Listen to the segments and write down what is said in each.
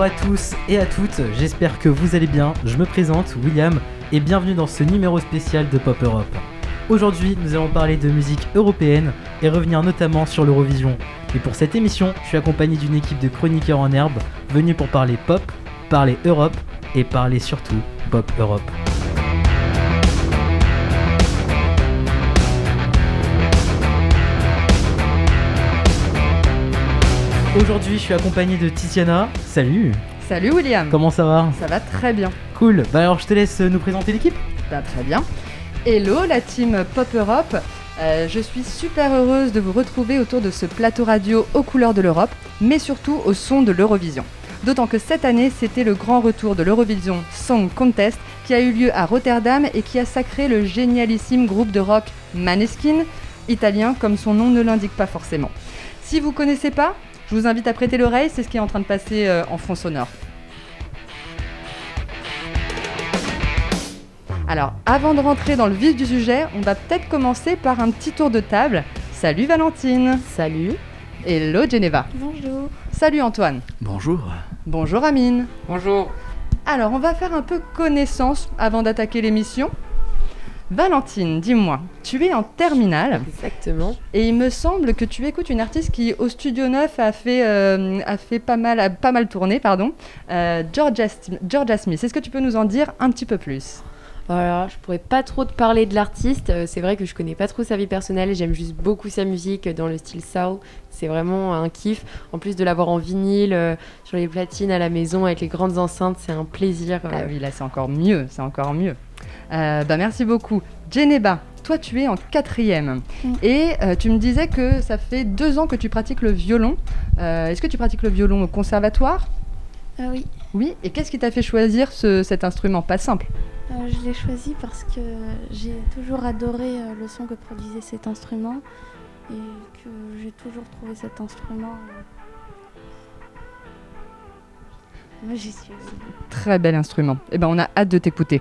à tous et à toutes, j'espère que vous allez bien. Je me présente, William, et bienvenue dans ce numéro spécial de Pop Europe. Aujourd'hui, nous allons parler de musique européenne et revenir notamment sur l'Eurovision. Et pour cette émission, je suis accompagné d'une équipe de chroniqueurs en herbe venus pour parler pop, parler Europe et parler surtout Pop Europe. Aujourd'hui, je suis accompagné de Tiziana. Salut Salut William Comment ça va Ça va très bien. Cool Bah alors, je te laisse nous présenter l'équipe. Bah, très bien. Hello la team Pop Europe. Euh, je suis super heureuse de vous retrouver autour de ce plateau radio aux couleurs de l'Europe, mais surtout au son de l'Eurovision. D'autant que cette année, c'était le grand retour de l'Eurovision Song Contest qui a eu lieu à Rotterdam et qui a sacré le génialissime groupe de rock Maneskin, italien comme son nom ne l'indique pas forcément. Si vous connaissez pas, je vous invite à prêter l'oreille, c'est ce qui est en train de passer euh, en fond sonore. Alors, avant de rentrer dans le vif du sujet, on va peut-être commencer par un petit tour de table. Salut Valentine Salut. Hello Geneva Bonjour. Salut Antoine Bonjour. Bonjour Amine Bonjour. Alors, on va faire un peu connaissance avant d'attaquer l'émission. Valentine, dis-moi, tu es en terminale Exactement. et il me semble que tu écoutes une artiste qui, au Studio 9, a fait, euh, a fait pas, mal, a pas mal tourné, pardon, euh, Georgia, Sti- Georgia Smith. Est-ce que tu peux nous en dire un petit peu plus Voilà, je pourrais pas trop te parler de l'artiste. euh, C'est vrai que je connais pas trop sa vie personnelle. J'aime juste beaucoup sa musique euh, dans le style soul. C'est vraiment un kiff. En plus de l'avoir en vinyle, euh, sur les platines à la maison avec les grandes enceintes, c'est un plaisir. euh. Ah oui, là c'est encore mieux, c'est encore mieux. Euh, bah merci beaucoup. Geneba, toi tu es en quatrième Mm. et euh, tu me disais que ça fait deux ans que tu pratiques le violon. Euh, Est-ce que tu pratiques le violon au conservatoire Ah oui, Oui. Et qu'est-ce qui t'a fait choisir ce- cet instrument pas simple euh, je l'ai choisi parce que j'ai toujours adoré euh, le son que produisait cet instrument et que j'ai toujours trouvé cet instrument. euh, majestueux. Très bel instrument. Eh ben on a hâte de t'écouter.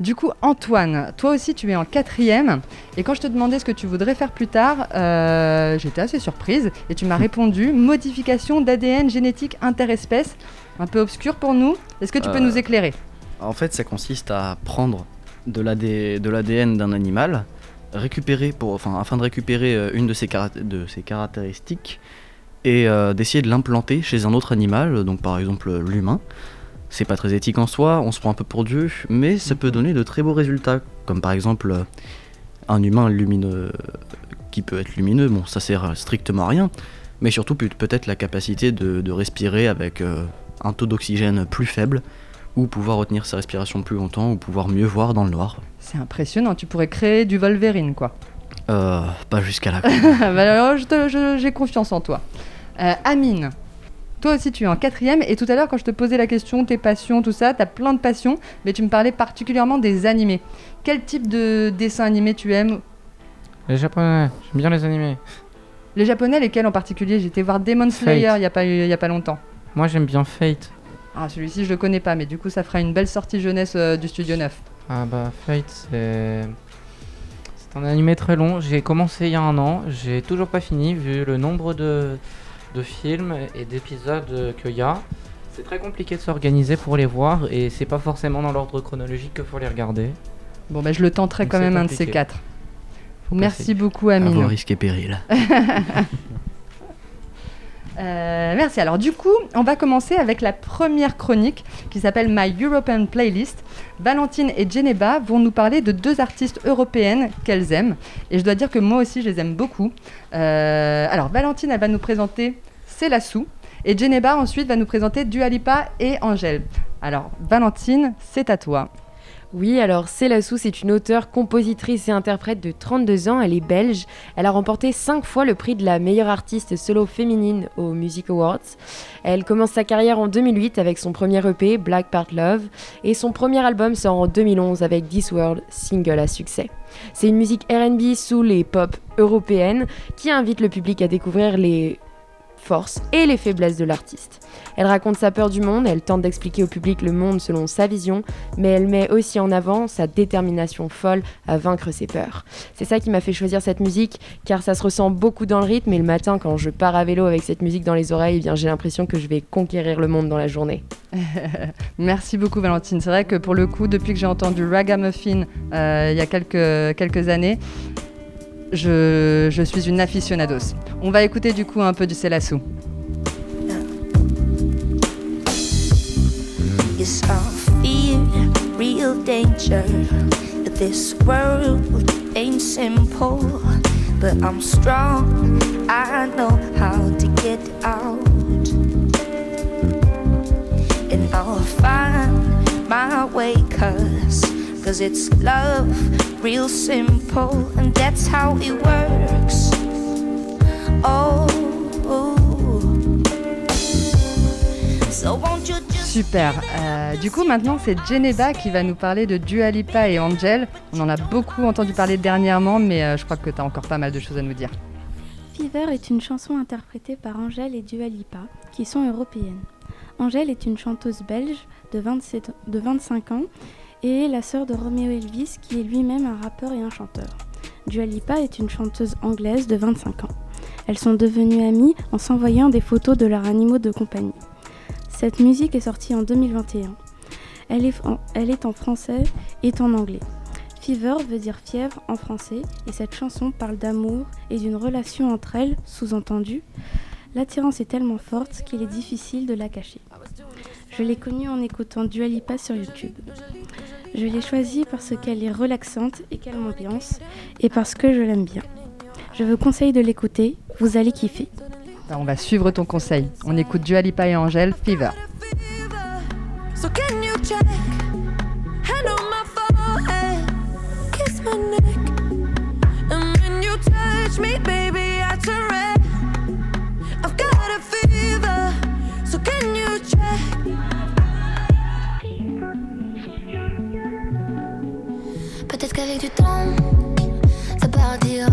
Du coup, Antoine, toi aussi tu es en quatrième. Et quand je te demandais ce que tu voudrais faire plus tard, euh, j'étais assez surprise. Et tu m'as répondu modification d'ADN génétique interespèce. Un peu obscur pour nous. Est-ce que tu peux Euh, nous éclairer En fait, ça consiste à prendre de l'AD de l'ADN d'un animal, récupérer pour, enfin, afin de récupérer euh, une de ses, caract- de ses caractéristiques et euh, d'essayer de l'implanter chez un autre animal, donc par exemple euh, l'humain. C'est pas très éthique en soi, on se prend un peu pour Dieu, mais ça peut donner de très beaux résultats, comme par exemple euh, un humain lumineux euh, qui peut être lumineux, bon ça sert strictement à rien, mais surtout peut- peut-être la capacité de, de respirer avec euh, un taux d'oxygène plus faible ou pouvoir retenir sa respiration plus longtemps, ou pouvoir mieux voir dans le noir. C'est impressionnant. Tu pourrais créer du Wolverine, quoi. Euh, pas jusqu'à là. Bah alors, je te- je- j'ai confiance en toi. Euh, Amine, toi aussi tu es en quatrième. Et tout à l'heure, quand je te posais la question, tes passions, tout ça, t'as plein de passions, mais tu me parlais particulièrement des animés. Quel type de dessin animé tu aimes Les japonais, j'aime bien les animés. Les japonais, lesquels en particulier J'étais voir Demon Slayer il n'y a, pas eu- y a pas longtemps. Moi j'aime bien Fate. Ah, celui-ci, je le connais pas, mais du coup, ça fera une belle sortie jeunesse euh, du Studio 9. Ah bah Fate c'est... C'est un animé très long. J'ai commencé il y a un an. J'ai toujours pas fini vu le nombre de, de films et d'épisodes euh, qu'il y a. C'est très compliqué de s'organiser pour les voir et c'est pas forcément dans l'ordre chronologique que faut les regarder. Bon, bah, je le tenterai Donc, quand c'est même un de ces compliqué. quatre. Faut Merci passer. beaucoup, À vos Amine. risques et périls. Euh, merci. Alors du coup, on va commencer avec la première chronique qui s'appelle My European Playlist. Valentine et Geneva vont nous parler de deux artistes européennes qu'elles aiment. Et je dois dire que moi aussi, je les aime beaucoup. Euh, alors Valentine, elle va nous présenter Célassou. Et Geneva ensuite va nous présenter Dua Lipa et Angèle. Alors Valentine, c'est à toi. Oui, alors Célassou, c'est une auteure, compositrice et interprète de 32 ans. Elle est belge. Elle a remporté 5 fois le prix de la meilleure artiste solo féminine aux Music Awards. Elle commence sa carrière en 2008 avec son premier EP, Black Part Love, et son premier album sort en 2011 avec This World, single à succès. C'est une musique RB, soul et pop européenne qui invite le public à découvrir les forces et les faiblesses de l'artiste. Elle raconte sa peur du monde, elle tente d'expliquer au public le monde selon sa vision, mais elle met aussi en avant sa détermination folle à vaincre ses peurs. C'est ça qui m'a fait choisir cette musique, car ça se ressent beaucoup dans le rythme, et le matin, quand je pars à vélo avec cette musique dans les oreilles, eh bien, j'ai l'impression que je vais conquérir le monde dans la journée. Merci beaucoup Valentine. C'est vrai que pour le coup, depuis que j'ai entendu Ragamuffin euh, il y a quelques, quelques années, je, je suis une aficionados. On va écouter du coup un peu du Selassou. Yes, I fear real danger. This world ain't simple, but I'm strong. I know how to get out, and I'll find my way. Cause, 'cause it's love, real simple, and that's how it works. Oh, so won't you just. Super. Euh, du coup, maintenant, c'est Geneva qui va nous parler de Dua Lipa et Angel. On en a beaucoup entendu parler dernièrement, mais euh, je crois que tu as encore pas mal de choses à nous dire. Fever est une chanson interprétée par Angèle et Dua Lipa, qui sont européennes. Angèle est une chanteuse belge de, 27 ans- de 25 ans et est la sœur de Romeo Elvis, qui est lui-même un rappeur et un chanteur. Dua Lipa est une chanteuse anglaise de 25 ans. Elles sont devenues amies en s'envoyant des photos de leurs animaux de compagnie. Cette musique est sortie en 2021. Elle est, en- elle est en français et en anglais. Fever veut dire fièvre en français et cette chanson parle d'amour et d'une relation entre elles, sous-entendu. L'attirance est tellement forte qu'il est difficile de la cacher. Je l'ai connue en écoutant Dua Lipa sur YouTube. Je l'ai choisie parce qu'elle est relaxante et qu'elle m'ambiance et parce que je l'aime bien. Je vous conseille de l'écouter, vous allez kiffer. Alors, on va suivre ton conseil. On écoute Dua Lipa et Angel, Fever. So can you check? Hand on my forehead, kiss my neck, and when you touch me, baby, I turn red. I've got a fever, so can you check? Peut-être qu'avec du temps, ça partira.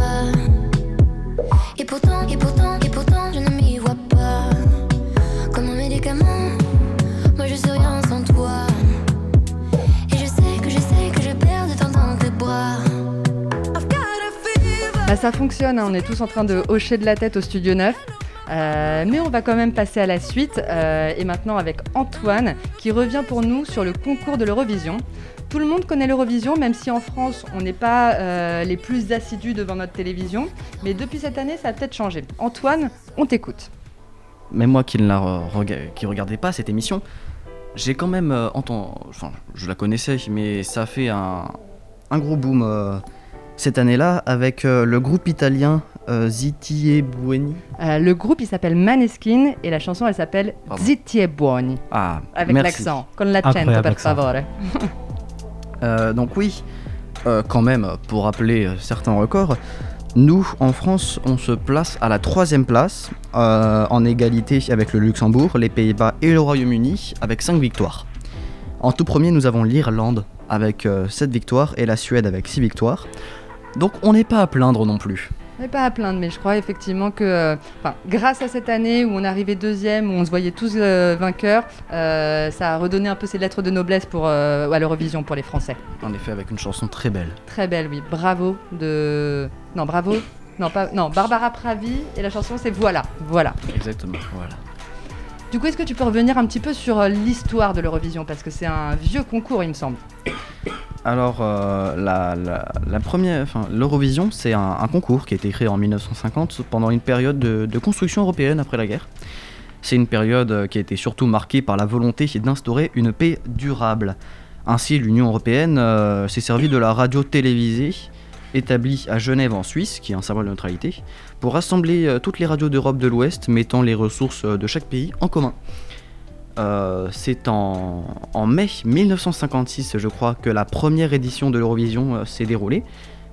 Et pourtant, et pourtant, et pourtant, je ne m'y vois pas. Comme un médicament, moi je suis rien sans toi. Et je sais que je sais que je perds de temps dans tes bras. I've got a fever. Bah, ça fonctionne, hein, on est tous en train de hocher de la tête au Studio 9. Euh, mais on va quand même passer à la suite, euh, et maintenant avec Antoine, qui revient pour nous sur le concours de l'Eurovision. Tout le monde connaît l'Eurovision, même si en France, on n'est pas euh, les plus assidus devant notre télévision. Mais depuis cette année, ça a peut-être changé. Antoine, on t'écoute. Même moi qui ne la re- rega- qui regardais pas cette émission, j'ai quand même euh, entendu. Enfin, je la connaissais, mais ça a fait un, un gros boom euh, cette année-là avec euh, le groupe italien euh, Ziti e Buoni. Euh, le groupe, il s'appelle Maneskin, et la chanson, elle s'appelle Pardon. Zitti e buoni, Ah, avec merci. l'accent. Con l'accento, Incroyable per accent. favore. Euh, donc oui, euh, quand même, pour rappeler euh, certains records, nous, en France, on se place à la troisième place, euh, en égalité avec le Luxembourg, les Pays-Bas et le Royaume-Uni, avec 5 victoires. En tout premier, nous avons l'Irlande, avec 7 victoires, et la Suède, avec 6 victoires. Donc on n'est pas à plaindre non plus. On n'est pas à plaindre, mais je crois effectivement que, euh, enfin, grâce à cette année où on arrivait deuxième, où on se voyait tous euh, vainqueurs, euh, ça a redonné un peu ces lettres de noblesse pour, euh, à l'Eurovision pour les Français. En effet, avec une chanson très belle. Très belle, oui. Bravo de. Non, bravo. Non, pas... non, Barbara Pravi, et la chanson c'est Voilà. Voilà. Exactement, voilà. Du coup, est-ce que tu peux revenir un petit peu sur euh, l'histoire de l'Eurovision Parce que c'est un vieux concours, il me semble. Alors, euh, la, la- la première, enfin, l'Eurovision, c'est un, un concours qui a été créé en 1950 pendant une période de, de construction européenne après la guerre. C'est une période euh, qui a été surtout marquée par la volonté d'instaurer une paix durable. Ainsi, l'Union européenne euh, s'est servie de la radio télévisée établie à Genève en Suisse, qui est un symbole de neutralité, pour rassembler euh, toutes les radios d'Europe de l'Ouest, mettant les ressources euh, de chaque pays en commun. Euh, c'est en, en mai 1956, je crois, que la première édition de l'Eurovision euh, s'est déroulée.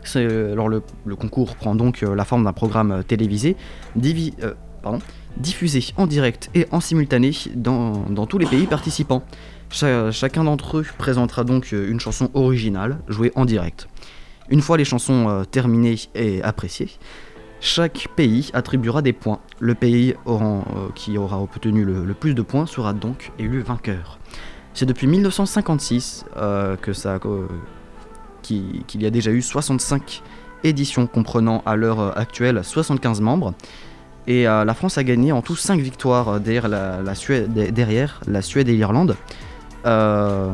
C'est- euh, alors le, le concours prend donc euh, la forme d'un programme euh, télévisé divi- euh, pardon, diffusé en direct et en simultané dans, dans tous les pays participants. Cha- chacun d'entre eux présentera donc euh, une chanson originale jouée en direct. Une fois les chansons euh, terminées et appréciées, Chaque pays attribuera des points. Le pays aurant- euh, qui aura obtenu le, le plus de points sera donc élu vainqueur. C'est depuis 1956 euh, que ça, euh, qui- qu'il y a déjà eu 65 éditions comprenant à l'heure actuelle 75 membres. Et euh, la France a gagné en tout 5 victoires euh, derrière la, la Suède, de- derrière la Suède et l'Irlande. Euh,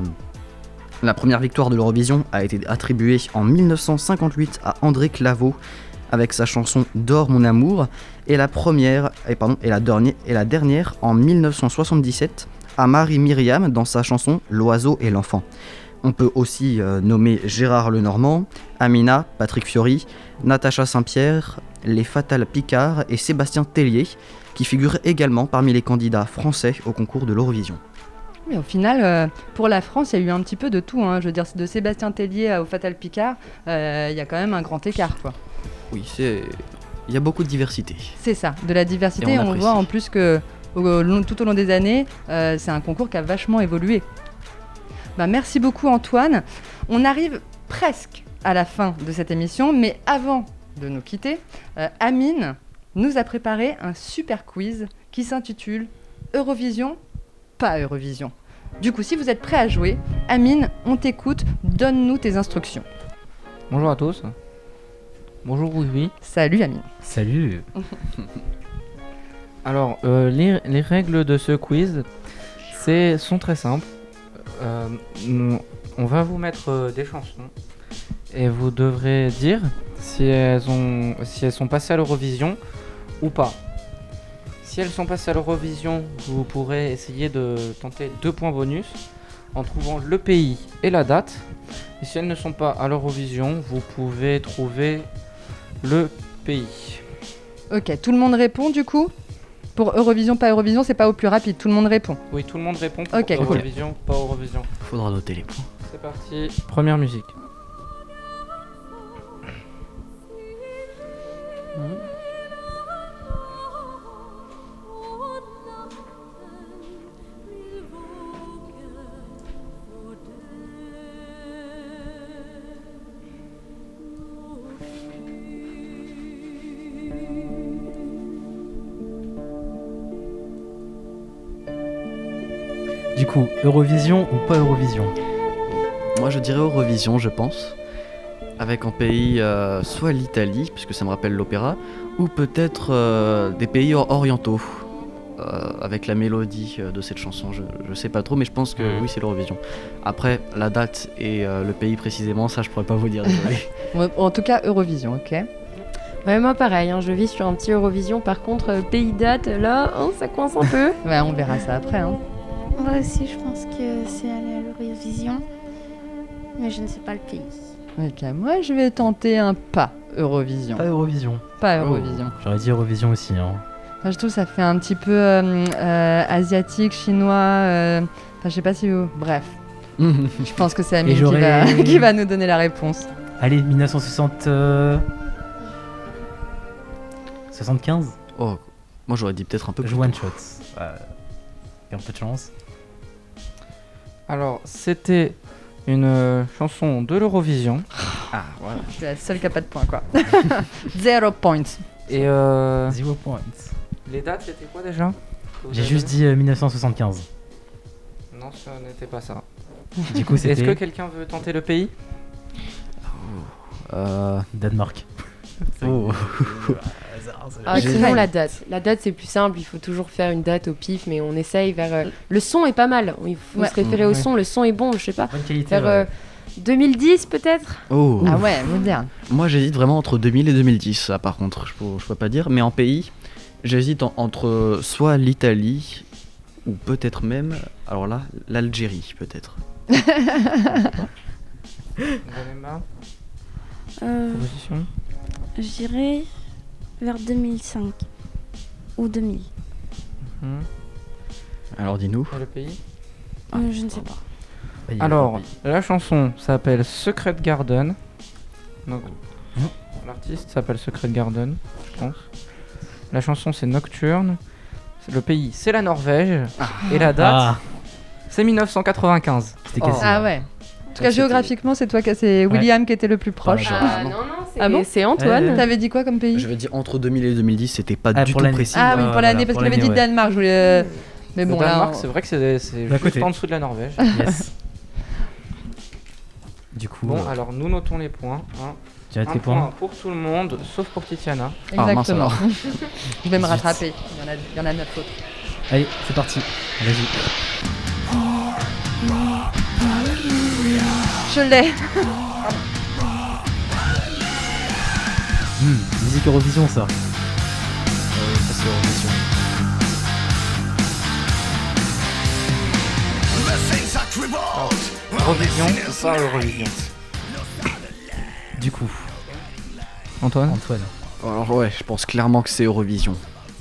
la première victoire de l'Eurovision a été attribuée en 1958 à André Claveau avec sa chanson Dors mon amour et la première et pardon et la dernière et la dernière en 1977 à Marie Myriam dans sa chanson L'oiseau et l'enfant. On peut aussi euh, nommer Gérard Lenormand, Amina, Patrick Fiori, Natacha Saint-Pierre, les Fatal Picard et Sébastien Tellier qui figurent également parmi les candidats français au concours de l'Eurovision. Mais au final, euh, pour la France, il y a eu un petit peu de tout. hein. Je veux dire, de Sébastien Tellier à- au Fatal Picard, euh, il y a quand même un grand écart. quoi. Oui, c'est il y a beaucoup de diversité. C'est ça, de la diversité. Et on on voit apprécie. en plus que au- au long- tout au long des années, euh, c'est un concours qui a vachement évolué. Bah, merci beaucoup Antoine. On arrive presque à la fin de cette émission, mais avant de nous quitter, euh, Amine nous a préparé un super quiz qui s'intitule Eurovision, pas Eurovision. Du coup, si vous êtes prêt à jouer, Amine, on t'écoute, donne-nous tes instructions. Bonjour à tous. Bonjour oui oui. Salut Amine. Salut Alors euh, les, les règles de ce quiz c'est sont très simples. Euh, nous- on va vous mettre euh, des chansons et vous devrez dire si elles ont si elles sont passées à l'Eurovision ou pas. Si elles sont passées à l'Eurovision, vous pourrez essayer de tenter deux points bonus en trouvant le pays et la date. Et si elles ne sont pas à l'Eurovision, vous pouvez trouver le pays. Ok, tout le monde répond du coup Pour Eurovision, pas Eurovision, c'est pas au plus rapide, tout le monde répond. Oui, tout le monde répond. Ok, cool. Eurovision, pas Eurovision. Faudra noter les points. C'est parti. Première musique. Du coup, Eurovision ou pas Eurovision Moi, je dirais Eurovision, je pense. Avec en pays euh, soit l'Italie, puisque ça me rappelle l'opéra, ou peut-être euh, des pays or- orientaux. euh, avec la mélodie euh, de cette chanson, je, je sais pas trop, mais je pense que Mhm. oui, c'est l'Eurovision. Après, la date et euh, le pays précisément, ça je pourrais pas vous dire. désolé. En- En tout cas, Eurovision, ok Ouais, moi pareil, hein, je vis sur un petit Eurovision. Par contre, euh, pays date, là, hein, ça coince un peu. Ouais, on verra ça après. hein. Moi aussi, je pense que c'est allé à l'Eurovision, mais je ne sais pas le pays. Ok, moi je vais tenter un pas Eurovision. Pas Eurovision. Pas Eurovision. J'aurais dit Eurovision aussi. Hein. Enfin, je trouve que ça fait un petit peu euh, euh, asiatique, chinois. euh, Enfin, je sais pas si vous. Bref, je pense que c'est Amine qui j'aurais- va, qui va nous donner la réponse. Allez, 1960. euh, 75 oh, moi j'aurais dit peut-être un peu plus. Je one shot. Euh, et un peu de chance. Alors, c'était une euh, chanson de l'Eurovision. Ah, voilà. C'est la seule qui a pas de points, quoi. Zero point. Et euh, Hein Zero points. les dates, c'était quoi déjà que vous J'ai avez juste dit euh, 1975. Non, ce n'était pas ça. Du coup, Est-ce que c'était quelqu'un veut tenter le pays Euh, Danemark. oh. Ah, J'ai- sinon, la date. La date, c'est plus simple. Il faut toujours faire une date au pif, mais on essaye vers. euh, Le son est pas mal. Il faut Ouais. se référer au Ouais. son. Le son est bon, je sais pas. Ah, Bonne qualité. Vers ouais. euh, 2010 peut-être Oh. Ah ouais, moderne. Moi j'hésite vraiment entre 2000 et 2010, ça par contre, je peux, je peux pas dire. Mais en pays, j'hésite en- entre euh, soit l'Italie ou peut-être même, alors là, l'Algérie peut-être. Valéma, Euh, Proposition J'irai vers 2005 ou 2000. Mhm. Alors dis-nous. Et le pays Ah, Euh, je ne sais pas. Bah, il y a- Alors, la chanson s'appelle Secret Garden. Donc, Mhm. l'artiste s'appelle Secret Garden, je pense. La chanson, c'est Nocturne. Le pays, c'est la Norvège. Et la date, Ah, c'est 1995. c'était Oh. cassé. Ah ouais. En tout cas, C'était- géographiquement, c'est toi, qui- c'est William qui était le plus proche. Ah, non. non, non, c'est Ah bon c'est Antoine. Ouais, ouais. T'avais dit quoi comme pays euh, Je veux dire, entre 2000 et 2010, c'était pas Ah, du pour tout l'année. précis. Ah oui, voilà, pour l'année, parce pour que j'avais l'année, dit ouais. Danemark, je voulais... euh, Mais Le bon, là... Danemark, on- c'est vrai que c'est c'est D'à juste côté. en dessous de la Norvège. Ah. Yes. Du coup, bon, alors nous notons les points. hein. tu Un arrêtes tes points. point pour tout le monde, sauf pour Titiana. Ah, mince Exactement. alors. je vais me rattraper. Il y en a, il y en a neuf autres. Allez, c'est parti. Vas-y. Je l'ai. Hmm, musique Eurovision, ça. Euh, ça, c'est Eurovision. Ah, Eurovision ou pas Eurovision Du coup, Antoine Antoine. Alors ouais, je pense clairement que c'est Eurovision.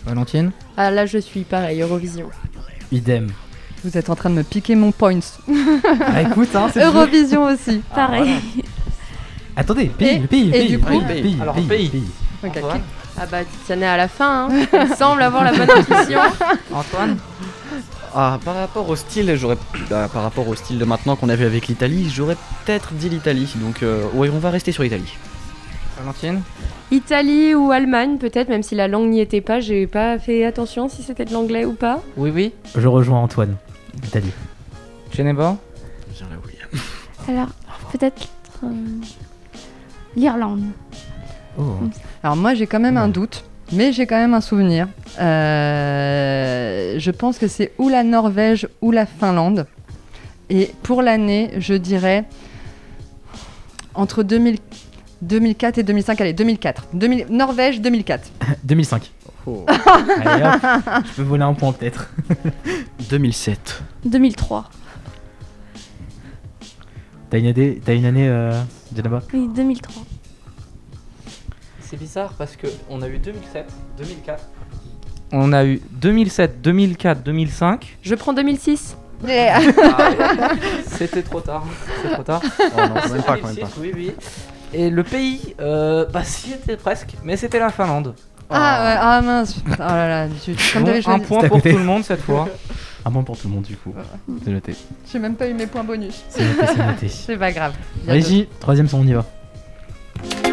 Valentine Ah là, je suis pareil, Eurovision. Idem. Vous êtes en train de me piquer mon points. Ah, écoute, hein, c'est le jeu. Eurovision aussi. Pareil. Attendez, pays, Et- le pays, le et pays, du le pays, coup- le pays, le Alors, pays, pays. le pays. Ok, Antoine, Ah bah, Titiana est à la fin, hein. Elle semble avoir la bonne intuition. Antoine Ah, par rapport au style, j'aurais bah, par rapport au style de maintenant qu'on a vu avec l'Italie, j'aurais peut-être dit l'Italie. Donc euh, ouais, on va rester sur l'Italie. Valentine Italie ou Allemagne, peut-être, même si la langue n'y était pas, j'ai pas fait attention si c'était de l'anglais ou pas. Oui, oui. Je rejoins Antoine. Italie. Geneva Bien là, oui. Alors, peut-être euh, l'Irlande. Oh. Alors moi j'ai quand même un Ouais. doute, mais j'ai quand même un souvenir. Euh, je pense que c'est ou la Norvège ou la Finlande. Et pour l'année, je dirais entre 2000 2004 et 2005. Allez, 2004. 2000 Norvège 2004. 2005. Oh. Allez, hop. Je peux voler un point, peut-être. 2007. 2003. T'as une année, t'as une année euh, de là-bas Oui, 2003. C'est bizarre parce que on a eu 2007, 2004. On a eu 2007, 2004, 2005. Je prends 2006. Et- Ah, C'était trop tard. C'était trop tard. Oh non, quand même pas, quand même pas. 2006, oui, oui. Et le pays, euh, bah si était presque, mais c'était la Finlande. ah ouais, ah mince. Oh là là, tu- comme Bon, t'avais un choisi. point C'était à pour tout côté. le monde cette fois. Un point pour tout le monde, du coup. C'est noté. J'ai même pas eu mes points bonus. C'est noté, c'est noté. C'est pas grave. Il y a Régie, troisième son, on y va.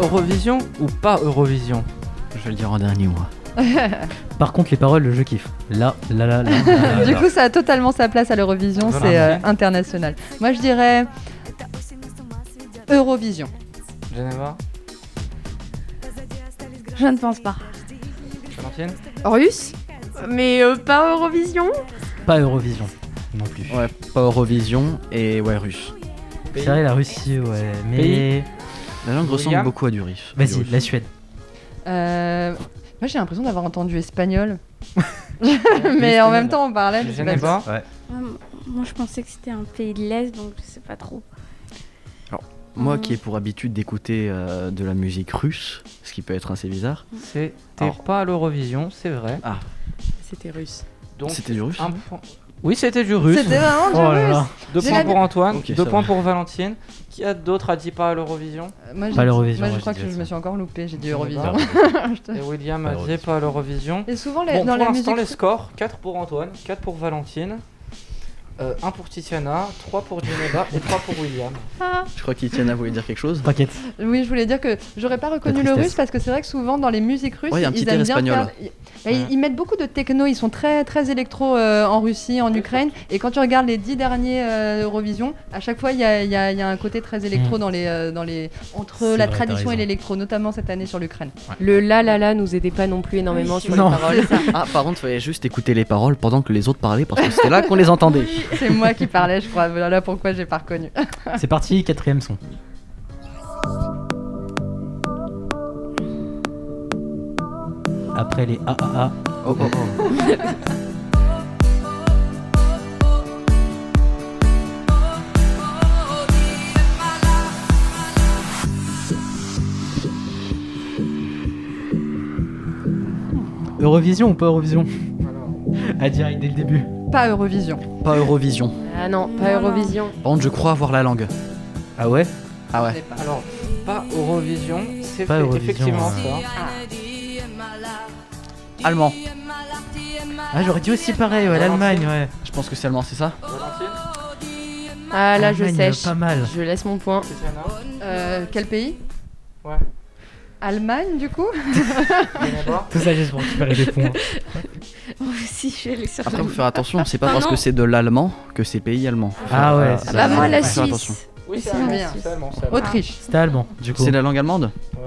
Eurovision ou pas Eurovision Je vais le dire en dernier moi. Par contre, les paroles, je kiffe. Là, là, là, là. là, là, Du là. coup, ça a totalement sa place à l'Eurovision, Voilà. c'est euh, international. Moi, je dirais Eurovision. Geneva Je ne pense pas. Valentine Russe Mais euh, pas Eurovision Pas Eurovision non plus. Ouais, pas Eurovision et ouais russe. C'est vrai, la Russie, ouais. Mais. Pays. La langue ressemble Bulgare beaucoup à du russe. Du Vas-y, russe. la Suède. Euh, moi, j'ai l'impression d'avoir entendu espagnol. Mais en même temps, on parlait. je sais pas. Geneva Euh, moi, je pensais que c'était un pays de l'Est, donc je sais pas trop. Moi qui ai pour habitude d'écouter euh, de la musique russe, ce qui peut être assez bizarre. C'était Alors. pas à l'Eurovision, c'est vrai. C'était russe. Donc, C'était du russe. un point. Oui, c'était du russe. C'était vraiment du Oh là russe. là. Deux J'ai points la- pour Antoine, Ok, deux ça points va. pour Valentine. Qui a d'autres a dit pas à l'Eurovision Euh, Moi, j'ai Pas dit- l'Eurovision, Moi, je moi, crois je que disais je ça. me suis encore loupé. J'ai dit Eurovision. Geneva. Et William Pas a dit l'Eurovision. pas à l'Eurovision. Et souvent, les- Bon, dans pour la l'instant, musique. les scores 4 pour Antoine, 4 pour Valentine, 1 pour Tiziana, 3 pour Geneva et 3 pour William. ah, Je crois qu'Itiana voulait dire quelque chose. T'inquiète. Oui, je voulais dire que j'aurais pas reconnu le tristesse. russe parce que c'est vrai que souvent dans les musiques russes, Ouais, il y a un petit ils air aiment bien espagnol. hein. faire- ils- bah, ils- Ils mettent beaucoup de techno, ils sont très très électro euh, en Russie, en Ukraine. Et quand tu regardes les dix derniers euh, Eurovision, à chaque fois il y a, il y a- il y a un côté très électro Mm. dans les euh, dans les entre C'est vrai, la t'as tradition et raison. l'électro, notamment cette année sur l'Ukraine. Le la la la nous aidait pas non plus énormément sur Non. les paroles. Ah, par contre, fallait juste écouter les paroles pendant que les autres parlaient parce que c'était là qu'on les entendait. C'est moi qui parlais, je crois. Voilà pourquoi j'ai pas reconnu. C'est parti, quatrième son. Après les AAA, Oh, oh, oh. Eurovision ou pas Eurovision À direct dès le début. pas Eurovision. oh. Pas Eurovision. Ah non, pas Non, non. Eurovision. Par contre, je crois avoir la langue. Ah ouais Ah Je ouais. l'ai pas. Alors, pas Eurovision, c'est Pas fait- Eurovision, effectivement ouais. ça. Allemand. Ah j'aurais dit aussi pareil, ouais, l'Allemagne, ouais. Je pense que c'est allemand, c'est ça Valentine, Ah là, je L'Allemagne, euh, sèche. Pas mal. Je laisse mon point. Tiziana Euh, quel pays Ouais. Allemagne, du coup Geneva Tout ça juste pour récupérer des points. Moi aussi, je vais aller sur Après, la- faut faire attention, c'est pas Ah parce non. que c'est de l'allemand que c'est pays allemand. Ah ouais, Euh, c'est Ah bah ça- moi, la faut faire attention. Suisse. Oui, c'est C'est allemand, bien. c'est allemand, Ah. c'est allemand. Autriche. C'était allemand, du coup. C'est la langue allemande Ouais.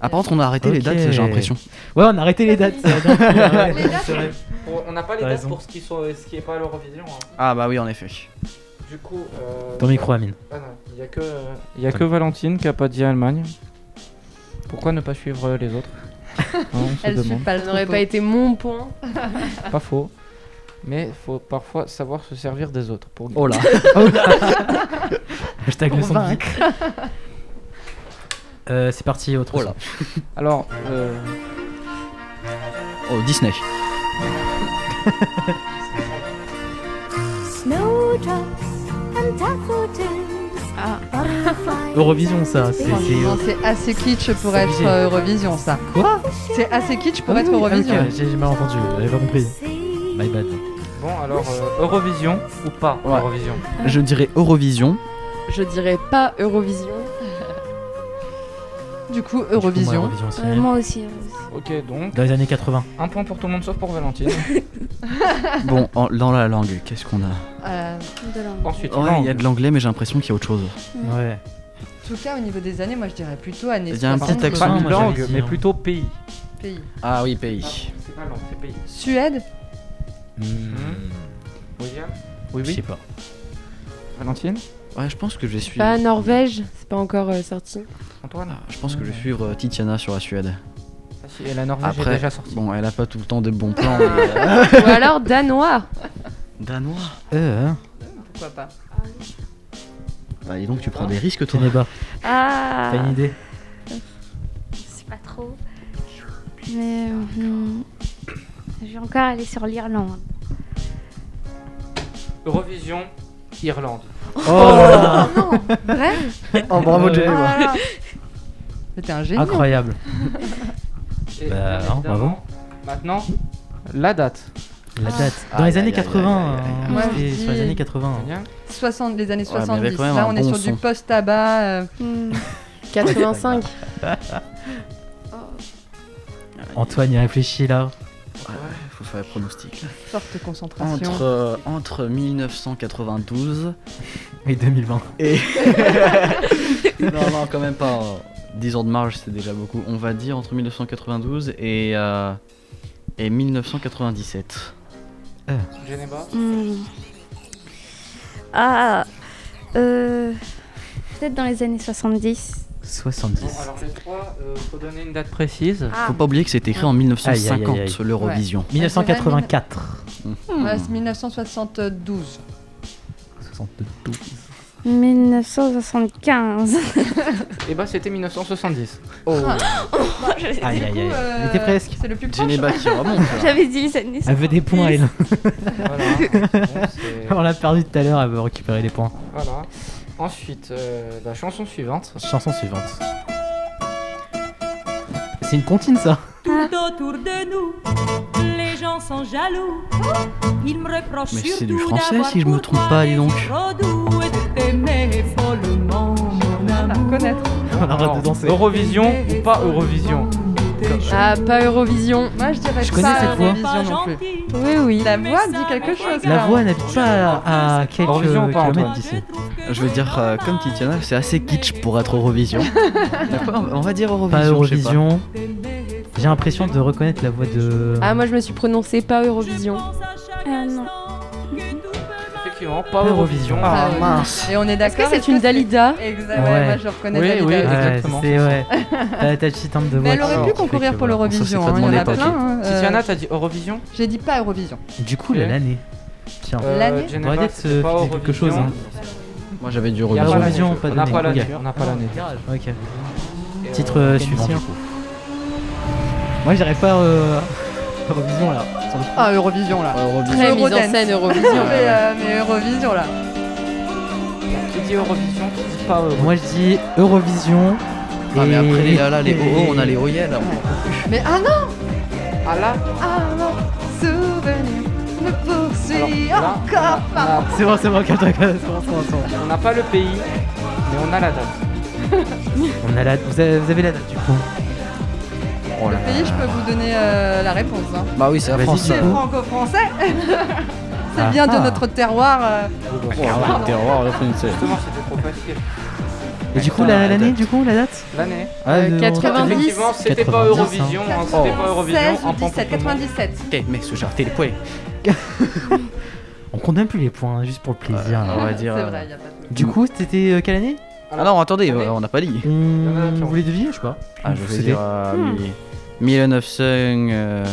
Ah, par contre, on a arrêté les Ok. dates, j'ai l'impression. Ouais, on a arrêté les dates. ça, donc, ouais, Les dates. c'est vrai. On on n'a pas les T'as dates raison. pour ce qui, soit, ce qui est pas à l'Eurovision. hein. Ah, bah oui, en effet. Du coup. Euh, Ton micro, Amine. Ah non, il y a que. euh, Il y a que Valentine qui a pas dit Allemagne. Pourquoi ne pas suivre euh, les autres Hein, On se Elle suit demande. pas Ça le n'aurait n'aurait pas été mon point. Pas faux. Mais faut parfois savoir se servir des autres pour gagner. Oh là Hashtag le son de vie. Euh, c'est parti, autre Oh là Alors, euh, Oh, Disney Snowdrops and daffodils. Ah. son. Butterflies Eurovision, ça. C'est. euh, c'est- Non, c'est assez kitsch pour C'est être obligé. euh, Eurovision, ça. Quoi C'est assez kitsch pour Ah être oui, Eurovision. ok, J'ai j'ai mal entendu, j'avais pas compris. See. My bad. bon, alors, euh, Eurovision ou pas Ouais. Eurovision Je dirais Eurovision. Je dirais pas Eurovision. Du Du coup, coup, moi, Eurovision. Eurovision aussi. Euh, moi aussi. moi aussi. Ok, donc, Dans les années 80. un point pour tout le monde sauf pour Valentine. Bon, en- dans la langue, qu'est-ce qu'on a Euh, De langue. Ensuite, Ouais, il y a de l'anglais, mais j'ai l'impression qu'il y a autre chose. Ouais. en tout cas, au niveau des années, moi je dirais plutôt années Il y a un 60, petit accent, Pas moi, une j'avais langue, dit, mais hein. plutôt pays. pays. Ah oui, pays. C'est pas langue, c'est pays. Suède Hmm, William Oui, Je sais oui. pas. Valentine Ouais, je pense que je vais suivre. Pas Norvège, c'est pas encore euh, sorti. Antoine Ah, Je pense que je vais suivre euh, Titiana sur la Suède. Ah si, Et la Norvège Après- est déjà sortie. Bon, elle a pas tout le temps de bons plans. mais, euh, Ou alors Danois. Danois Euh, hein. Pourquoi pas Bah, dis donc, tu prends des risques, toi. Ténéba, Ah. t'as une idée C'est pas trop. Mais euh, hmm, je vais encore aller sur l'Irlande. Eurovision, Irlande. Oh, Vrai bravo, Jay. C'était un génie. Incroyable. Et Bah, bien non, évidemment, Maintenant, la date. La date. Ah. Dans les Aïe, années aïe, 80. aïe, aïe, aïe, hein, aïe. on Ouais, était je sur les dis- années 80. Bien. 60, les années mais il y avait 70. quand même Là, un on est bon sur son. du post-tabac. euh, Hmm, 85. Antoine y réfléchit là. Faut faire un pronostic. forte concentration. Entre, euh, entre 1992 Et 2020. et. non, non, quand même pas. euh, 10 ans de marge, c'est déjà beaucoup. On va dire entre 1992 et. euh, et 1997. Geneva. hmm. Ah. euh, Peut-être dans les années 70. 70. Bon, alors les trois, euh, faut donner une date précise. Ah. Faut pas oublier que c'était écrit en aïe, aïe, aïe. 1950, l'Eurovision. 1984. Hmm. Ah, c'est 1972. 72. 1975. Et bah c'était 1970. Aïe, Du aïe, coup, aïe. euh, Elle était presque. C'est le plus proche. Geneva qui remonte. là. J'avais dit les années 70. Elle veut des points, elle. voilà. Bon, c'est- On l'a perdu tout à l'heure, elle veut récupérer des points. voilà. Ensuite, euh, la chanson suivante. Chanson suivante. C'est une comptine ça Autour de nous, les gens sont jaloux. Ils me reprochent Mais surtout c'est du français, d'avoir si je me pour trompe toi pas, des dis donc. yeux trop doux et de t'aimer follement, mon à amour. reconnaître. On arrête Alors, de danser. Eurovision ou pas Eurovision Ah, pas Eurovision. Moi, je dirais Je connais pas euh, cette voix. Eurovision non plus. gentil. Oui, oui. La voix dit quelque chose. La là. voix n'habite pas à, à quelques Eurovision ou pas, kilomètres Antoine d'ici. Je veux dire, euh, comme Titiana, c'est assez kitsch pour être Eurovision. D'accord, on va dire Eurovision. Pas je sais pas. Eurovision. Ah, J'ai l'impression de reconnaître la voix de. Ah, moi je me suis prononcée pas Eurovision. Ah non. Effectivement, pas Eurovision. Eurovision. Ah, Ah, oui. mince. Et on est Est-ce que d'accord. c'est une Dalida Exactement. Ouais. Moi, je reconnais Oui, Dalida. oui, Ouais, exactement, c'est ouais. T'as ta petite teinte de Mais voix. elle aurait qui- pu qui fait concourir que, pour voilà. l'Eurovision, Ça, c'est hein, pas il de y en mon a époque. plein. Ah. hein, euh, Tiziana, t'as dit Eurovision J'ai dit pas Eurovision. Du coup, Ok. la- l'année. Tiens. Euh, L'année Geneva, On va dire c'est se pas fixer quelque Eurovision. chose. Hein. Moi j'avais du Y a Eurovision. pas Eurovision, l'année. pas On n'a donné. pas l'année. Ok. On n'a pas l'année. hein. Ok. Et, euh, Titre euh, suivant. du Moi, j'arrive pas. euh, Eurovision là. Ah, Eurovision là. Eurovision. Très mise en Eurodance. scène Non, Eurovision. mais, euh, mais Eurovision là. Qui dit Eurovision, qui dit pas Euro. Moi je dis Eurovision. Ah, mais et- après, les, là, là, les et- oh, oh, on a les Royal. là. Mais ah non, Ah là, ah non, souvenir me alors, poursuit là, on a- encore. on a- C'est bon, c'est bon, calme-toi, calme-toi, c'est bon, c'est bon, c'est bon. on n'a pas le pays, mais on a la date. On a la... vous, avez, vous avez la date du coup. Oh là Le là. pays, je peux vous donner euh, la réponse. hein. Bah oui, c'est la Vas-y, France. dis. C'est bon. franco-français. C'est Ah. bien de Ah. notre terroir. euh, Oh, Justement, c'était trop facile. Et du coup, Putain, la- Ah, la l'année, date. du coup, la date L'année Ah, Euh, de- 90. Effectivement, c'était pas 90, Eurovision, hein, c'était Oh. pas Eurovision. 16 un ou point 17, pour tout le monde. 97. Ok, mais ce jarter les poils. On compte même plus les points, hein, juste pour le plaisir. là. on va C'est dire. euh, vrai, y a pas de... Du coup, c'était euh, quelle année Ah non, attendez, Allez. euh, on n'a pas dit. Hum, en a qui ont- Vous voulez deviner, je sais pas. Ah, je Vous veux savez. dire. euh, Hmm. mi- euh,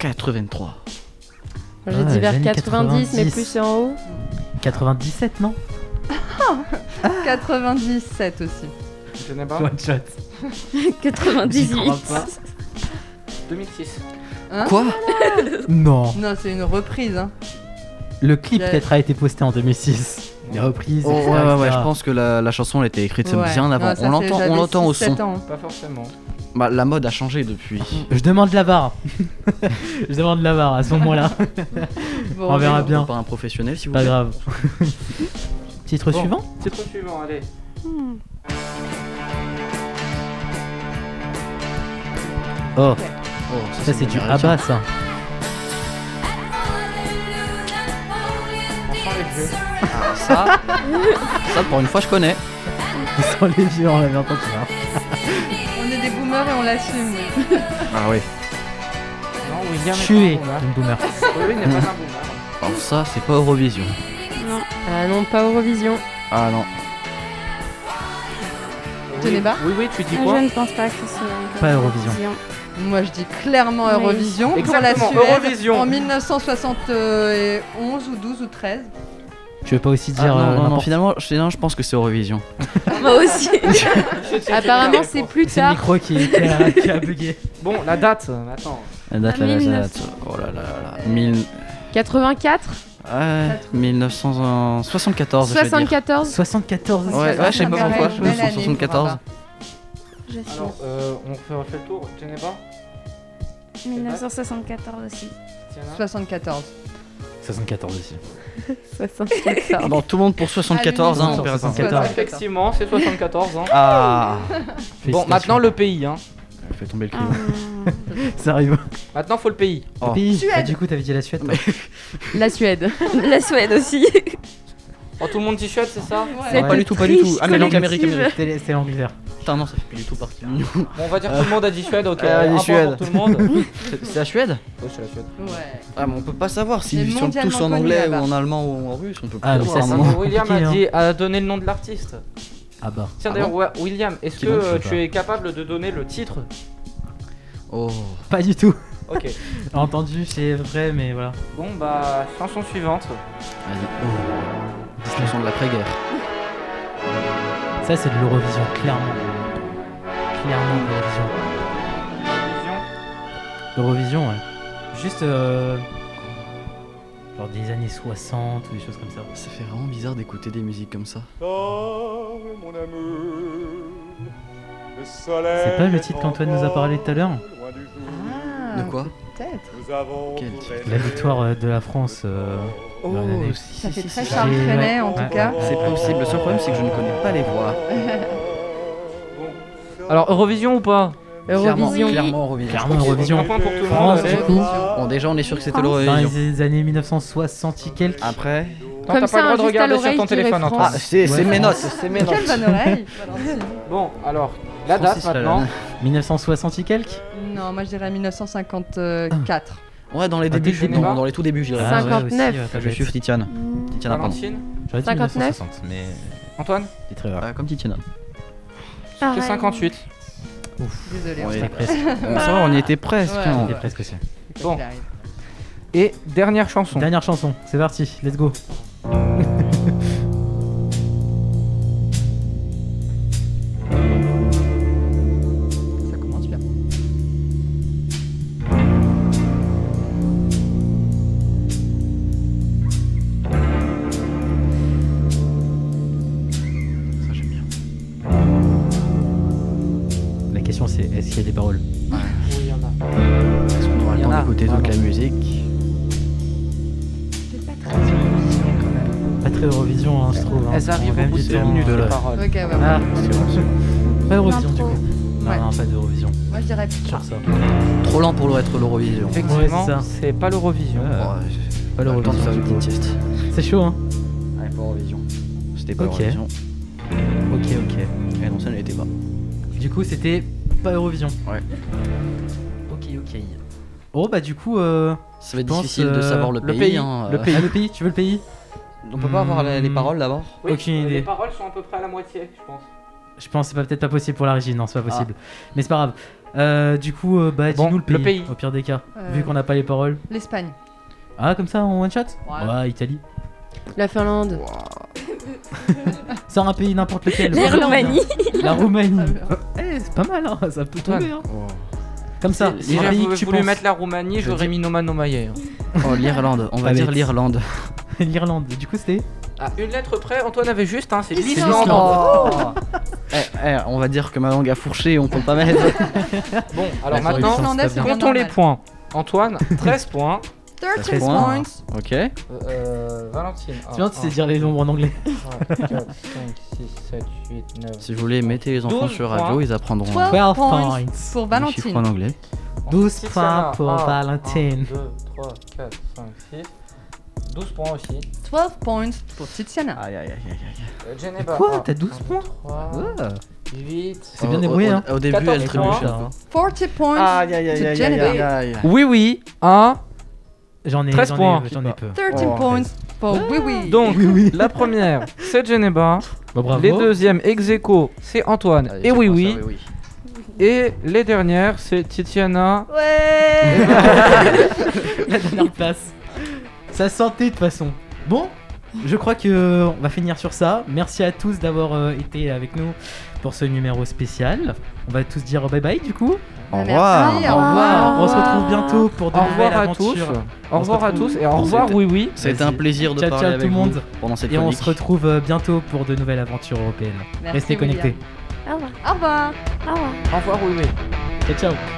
1983. J'ai Ah, dit vers les années 90, mais 90. plus en haut. 97, non 97 aussi. Je n'ai pas. One shot. 98. crois pas. 2006. Quoi Non. Hein Non, c'est une reprise. Hein. Le clip Ouais. peut-être a été posté en 2006. Les reprises. Oh, ouais, etc., ouais, ouais, etc. je pense que la, la chanson elle a été écrite Ouais. bien avant. Non, ça, on c'est- l'entend, j'avais on l'entend au 6-7 son. ans. Pas forcément. Bah, la mode a changé depuis. Je demande la barre. je demande la barre à ce moment-là. Bon, On verra mais- bien. Par un professionnel, si vous Pas voulez. grave. Titre Bon. suivant C'est trop suivant, allez. Oh, Oh, ça c'est du hein. américain. rabat ça. Prends les vieux. Ah, ça, ça, pour une fois, je connais. Sans les vieux, on l'avait entendu. hein. On est des boomers et on l'assume. oui. Ah oui. Non, William est Tué, pas Mmh. un une boomer. boomer. Oui, il n'est pas hein. un boomer. Alors, ça, c'est pas Eurovision. Ah non, pas Eurovision. Ah non. Oui, Tenez bas. Oui, oui, tu dis Ah, quoi je ne pense pas que ce soit. Pas Eurovision. Moi, je dis clairement Oui. Eurovision pour la Exactement, Suède Eurovision. en 1971 ou 12 ou 13. Je veux pas aussi Ah, dire. non, euh, non, non, n'importe- finalement, je, non, je pense que c'est Eurovision. Moi aussi. Je sais Apparemment, pas. c'est plus c'est le tard. micro qui, qui a, qui a bugué. Bon, la date, euh, attends. La date, Ah, la date, la 1900. date. Oh là là là là. Mille- 84, Ouais, 1974. je vais dire. 74. 74 Ouais, ouais, je sais pas pourquoi, je me Belle sens année, 74. bravo. Je suis Alors, euh, on fait, on fait le tour. Tenez bas. 1974 aussi. Tiana. 74. 74 aussi. 74. Bon, tout le monde pour 74, hein, Allez, on perd pas. 74. Effectivement, c'est 74 ans. Ah Bon, maintenant le pays. Hein. Fais tomber le Ah, clip. Ça arrive. Maintenant, faut le pays. Oh. Pays. Suède. Bah, du coup, t'avais dit la Suède. toi. La Suède. La Suède aussi. Oh, tout le monde dit chouette, c'est ça Ouais. pas du tout, pas du tout. Ah, mais L'Angleterre, l'Amérique, l'Amérique. C'est c'est l'Angleterre. Putain, non, ça fait plus du tout partie. Bon, on va dire que tout le monde a dit Suède, ok. Ah, un les point Suèdes. pour tout le monde. C'est c'est la Suède Oui, c'est la Suède. Ouais. Ah, mais on peut pas savoir Mais si sont tous mondialement en connu anglais ou là-bas. en allemand ou en russe, on peut pas Ah, mais ça, savoir. c'est hein. bon. William a, compliqué, dit, a donné le nom de l'artiste. Ah bah. Tiens, Ah d'ailleurs, ouais, William, est-ce Qui que donc, je euh, sais tu pas. es capable de donner le titre Oh. Pas du tout. Ok. Entendu, c'est vrai, mais voilà. Bon, bah, chanson suivante. Vas-y. Oh. Chanson de l'après-guerre. Ça, c'est de l'Eurovision, clairement. Clairement, de l'Eurovision. Eurovision, ouais. Juste. euh, Genre des années 60 ou des choses comme ça. Ça fait vraiment bizarre d'écouter des musiques comme ça. C'est pas le titre qu'Antoine nous a parlé tout à l'heure Ah, De quoi Peut-être. Quel titre La victoire euh, de la France. euh, Oh, dans l'année. si, Ça si, fait si, très si. Charles Ouais. Trenet Ouais. en tout cas. C'est possible, le seul problème c'est que je ne connais pas les voix. Alors, Eurovision ou pas Clairement, Eurovision. clairement Eurovision. Eh, Clairement, Un Eurovision. point pour tout le monde. France, allez. du coup. Bon, déjà on est sûr que c'était France. Dans l'Eurovision. les années 1960 et quelques. Après. Non, t'as Comme pas ça, le droit de juste à regarder sur ton l'oreille, je dirais téléphone, France. Antoine. Ah. Ah, c'est c'est Ouais. mes notes, c'est mes notes. Quelle bonne oreille Bon, alors, la date Francis maintenant. Lalanne. 1960 et quelques Non, moi je dirais 1954. Ouais, dans les Ah, débuts, dès le dans, départ. dans les tout débuts, j'irais. Ah, ouais, 59. aussi, ouais, pas Je bête. suis Titiana. Hmm. Titiana, pardon. Valentine, J'aurais dit 59. 1960, mais. Antoine, C'est très grave. Euh, comme Titiana. c'est Pareil. 58. Désolé. Ah Ouais. C'était presque. Bon, ça va, on y était presque. hein. Ouais. hein. C'était presque aussi. Bon. Et dernière chanson. Dernière chanson, c'est parti, let's go. Ça commence bien. Est-ce qu'il y a des paroles Oui, il y en a. Est-ce qu'on aura Il le y en temps a, d'écouter toute pardon. la musique C'est pas très Eurovision, quand même. Pas très Eurovision, hein, je trouve. hein. Elles On arrivent va au même bout vite de en- minutes, de la- les paroles. Ok, ouais, ouais. Ah, C'est bon, c'est bon. pas Eurovision du L'intro. coup. Ah. Non, Ouais. non, pas d'Eurovision. Moi, je dirais Picard. Sur ça. Trop lent pour être l'Eurovision. Ouais, Effectivement, c'est ça. c'est pas l'Eurovision. Ouais. Oh, j'ai Pas pas le temps de l'Eurovision faire du une coup. petite sieste. C'est chaud, hein Allez, pas Eurovision. C'était pas Ok. Eurovision. Ok, ok. Eh non, ça ne l'était pas. Du coup, c'était pas Eurovision. Ouais. Ok, ok. Oh, bah, du coup, euh... Ça va être pense, difficile de euh, savoir le le pays. pays, hein, le euh. pays. Ah, le pays Tu veux le pays On peut pas avoir les, les Hmm. paroles d'abord Oui, Aucune euh, idée. les Les paroles sont à peu près à la moitié, je pense. Je pense que c'est pas- peut-être pas possible pour la régie, non, c'est pas possible. Mais c'est pas grave. Euh, du coup, euh, bah, Ah. Bon, dis-nous le, le pays, pays. au pire des cas, Euh, vu qu'on n'a pas les paroles. L'Espagne. Ah, comme ça, en one shot Ouais. Ouais, Italie. La Finlande. Sors un pays, n'importe lequel. La Roumanie. La Roumanie. Ah, Eh, c'est pas mal, hein, ça peut tomber. Hein. Oh. Comme ça, Si un pays que j'avais tu voulu penses. mettre la Roumanie, Je j'aurais dis- mis Noma Nomaye. Oh, l'Irlande, on va Pas dire bête. l'Irlande. L'Irlande. Du coup, c'était À Ah, une lettre près, Antoine avait juste, hein, c'est l'Islande. l'Islande. Oh. Eh, eh, on va dire que ma langue a fourché, on peut pas mettre. Bon, alors D'accord, maintenant, Islande. L'Irlandaise, c'est c'est bien comptons les normal. points. Antoine, 13 points. Euh, 13 points. points. Ok. Valentine. C'est bien, ah. tu sais dire les nombres en anglais. 4, 5, 6, 7, 8, 9. Si vous voulez, mettez les enfants Douze sur points. radio, ils apprendront. euh, 12 12 points points. pour Les chiffres en Valentine. anglais. 12 points pour Valentine. 1, 2, 3, 4, 5, 6. 12 points aussi. 12 points pour Titiana. Aïe aïe aïe aïe aïe. Euh, Geneva. Quoi, un, t'as 12 un, deux, points trois, Ouais. huit. C'est bien Au- débrouillé, Ah. au- hein. Au, début, 14 elle hein. trébuchait. points. un 40 points peu. Aïe aïe aïe to aïe aïe Geneva. aïe aïe. Oui, oui. 1. J'en ai, 13 j'en ai- points. j'en ai peu. 13 Oh. points pour Oui Oui. Donc, la première, c'est Geneva. Bah, bravo. Les deuxièmes, ex aequo, c'est Antoine Allez, et c'est Eh oui, pour oui. ça, Et les dernières, c'est Titiana. Ouais la dernière place. Ça sentait de toute façon. Bon, je crois que euh, on va finir sur ça. Merci à tous d'avoir euh, été avec nous pour ce numéro spécial. On va tous dire bye bye du coup. Au Merci, revoir. au revoir. On se retrouve bientôt pour de Au nouvelles revoir à tous. aventures. Au On se revoir à retrouve. tous et au revoir, C'était- oui, oui. C'était un Vas-y. plaisir de Ciao, parler ciao avec tout le vous monde. pendant cette Et on se chronique. retrouve euh, bientôt pour de nouvelles aventures européennes. Merci, Restez connectés. William. Au revoir. Au revoir. Au revoir. Au revoir, oui, oui. Ciao ciao.